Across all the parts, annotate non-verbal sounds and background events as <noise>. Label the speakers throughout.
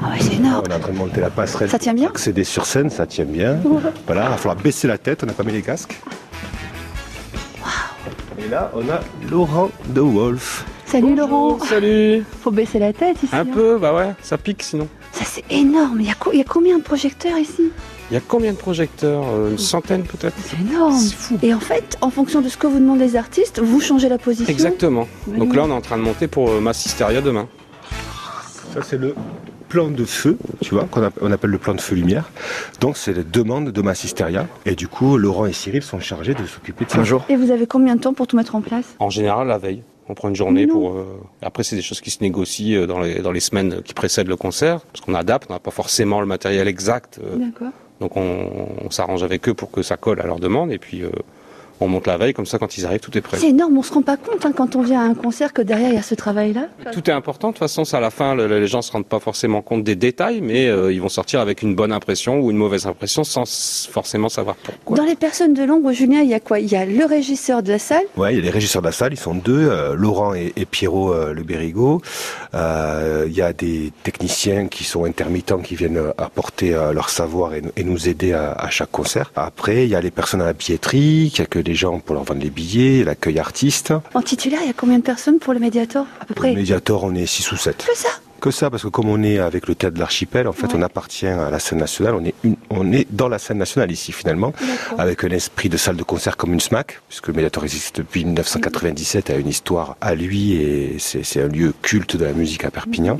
Speaker 1: Ah ouais, c'est énorme.
Speaker 2: On est en train de monter la passerelle.
Speaker 1: Ça tient bien
Speaker 2: Accéder sur scène, ça tient bien. Voilà, il va falloir baisser la tête, on n'a pas mis les casques. Et là, on a Laurent De Wolf.
Speaker 1: Salut Laurent.
Speaker 3: Salut
Speaker 1: Faut baisser la tête ici.
Speaker 3: Un
Speaker 1: hein.
Speaker 3: peu, bah ouais, ça pique sinon.
Speaker 1: Ça c'est énorme. Il y, a co- il y a combien de projecteurs ici
Speaker 3: Il y a combien de projecteurs Euh, Une centaine peut-être
Speaker 1: C'est énorme.
Speaker 3: C'est fou.
Speaker 1: Et en fait, en fonction de ce que vous demandent les artistes, vous changez la position.
Speaker 3: Exactement.
Speaker 1: Oui.
Speaker 3: Donc là, on est en train de monter pour euh, Massisteria demain.
Speaker 2: Ça, c'est le plan de feu, tu vois, qu'on app- on appelle le plan de feu-lumière. Donc, c'est les demandes de Massisteria. Et du coup, Laurent et Cyril sont chargés de s'occuper de ça.
Speaker 4: jour.
Speaker 1: Et vous avez combien de temps pour tout mettre en place
Speaker 3: En général, la veille. On prend une journée
Speaker 1: Non.
Speaker 3: pour. euh, Après, c'est des choses qui se négocient euh, dans les, dans les semaines qui précèdent le concert, parce qu'on adapte, on n'a pas forcément le matériel exact. euh,
Speaker 1: D'accord.
Speaker 3: Donc on, on s'arrange avec eux pour que ça colle à leur demande, et puis euh, on monte la veille, comme ça, quand ils arrivent, tout est prêt.
Speaker 1: C'est énorme, on se rend pas compte hein, quand on vient à un concert que derrière il y a ce travail-là.
Speaker 3: Tout est important, de toute façon, c'est à la fin, le- les gens se rendent pas forcément compte des détails, mais euh, ils vont sortir avec une bonne impression ou une mauvaise impression sans s- forcément savoir pourquoi.
Speaker 1: Dans les personnes de l'ombre, Julien, il y a quoi Il y a le régisseur de la salle.
Speaker 2: Ouais, il y a les régisseurs de la salle, ils sont deux, euh, Laurent et, et Pierrot euh, Le Bérigo. Euh, Il y a des techniciens qui sont intermittents, qui viennent euh, apporter euh, leur savoir et, nous- et nous aider à, à chaque concert. Après, il y a les personnes à la billetterie, qui accueillent les gens pour leur vendre les billets, l'accueil artiste.
Speaker 1: En titulaire, il y a combien de personnes pour le médiator À peu près.
Speaker 2: Au Mediator, on est 6 ou 7.
Speaker 1: Que ça
Speaker 2: Que ça, parce que comme on est avec le théâtre de l'archipel, en fait,
Speaker 1: Ouais.
Speaker 2: on appartient à la scène nationale, on est, une- on est dans la scène nationale ici finalement,
Speaker 1: D'accord.
Speaker 2: avec un esprit de salle de concert comme une SMAC, puisque le Mediator existe depuis 1997, a une histoire à lui et c'est c'est un lieu culte de la musique à Perpignan.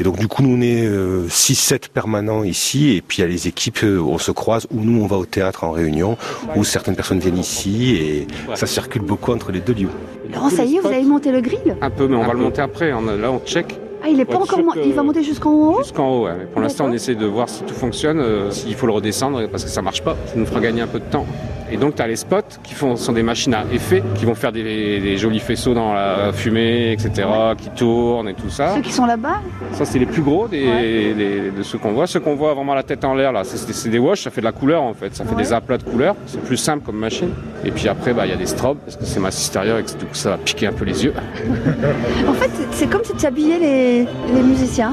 Speaker 2: Et donc du coup, nous on est 6-7 permanents ici, et puis il y a les équipes, euh, on se croise, ou nous on va au théâtre en réunion, où certaines personnes viennent ici, et ça circule beaucoup entre les deux lieux.
Speaker 3: Ah,
Speaker 1: Laurent, ça y est, vous avez monté le grill
Speaker 3: Un peu, mais on
Speaker 5: Un
Speaker 3: va le
Speaker 5: peu.
Speaker 3: monter après. on- là, on check
Speaker 1: Ah, il est pas
Speaker 3: Ouais,
Speaker 1: encore
Speaker 3: sûr
Speaker 1: mon-
Speaker 3: que-
Speaker 1: Il va monter jusqu'en haut
Speaker 3: jusqu'en haut. ouais. Mais pour l'instant, on
Speaker 1: Oh. D'accord.
Speaker 3: essaie de voir si tout fonctionne, euh, s'il faut le redescendre, parce que ça marche pas. Ça nous fera gagner un peu de temps. Et donc, tu as les spots qui font, sont des machines à effet, qui vont faire des, des jolis faisceaux dans la fumée, etc., qui tournent et tout ça.
Speaker 1: Ceux qui sont là-bas
Speaker 3: Ça, c'est les plus gros des, des- de ceux qu'on voit. Ceux qu'on voit vraiment la tête en l'air, là, c'est- c'est c'est des wash, ça fait de la couleur en fait. Ça fait
Speaker 1: Ouais.
Speaker 3: des aplats de couleurs. C'est plus simple comme machine. Et puis après, bah, il y a des strobes, parce que c'est ma extérieure et que du coup, ça va piquer un peu les yeux.
Speaker 1: En fait, c'est- c'est comme si tu habillais les, les musiciens.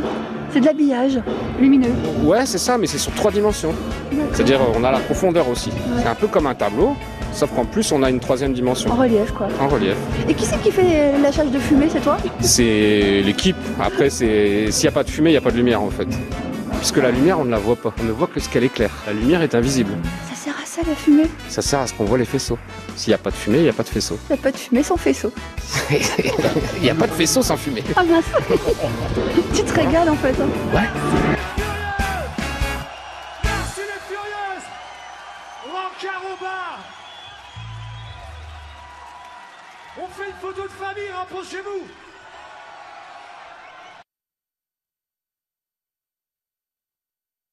Speaker 1: C'est de l'habillage lumineux.
Speaker 3: Ouais, c'est ça, mais c'est sur trois dimensions. C'est-à-dire, euh, on a la profondeur aussi. C'est un peu comme un tableau, sauf qu'en plus, on a une troisième
Speaker 1: En
Speaker 3: dimension.
Speaker 1: relief, quoi.
Speaker 3: En relief.
Speaker 1: Et qui c'est qui fait euh, la charge de fumée C'est toi
Speaker 3: C'est l'équipe. Après, c'est s'il n'y a pas de fumée, il n'y a pas de lumière en fait. Puisque la lumière, on ne la voit pas. On ne voit que ce qu'elle éclaire. La lumière est invisible.
Speaker 1: Ça sert à ça, la fumée.
Speaker 3: Ça sert à ce qu'on voit les faisceaux. S'il n'y a pas de fumée, il n'y a pas de faisceau.
Speaker 1: Il n'y a pas de fumée sans faisceau.
Speaker 3: Il n'y a pas de faisceau sans fumée.
Speaker 1: Ah mince <laughs> Tu te régales, en fait. hein.
Speaker 5: Merci les Furieuses Rancard au bar On fait une photo de famille, rapprochez-vous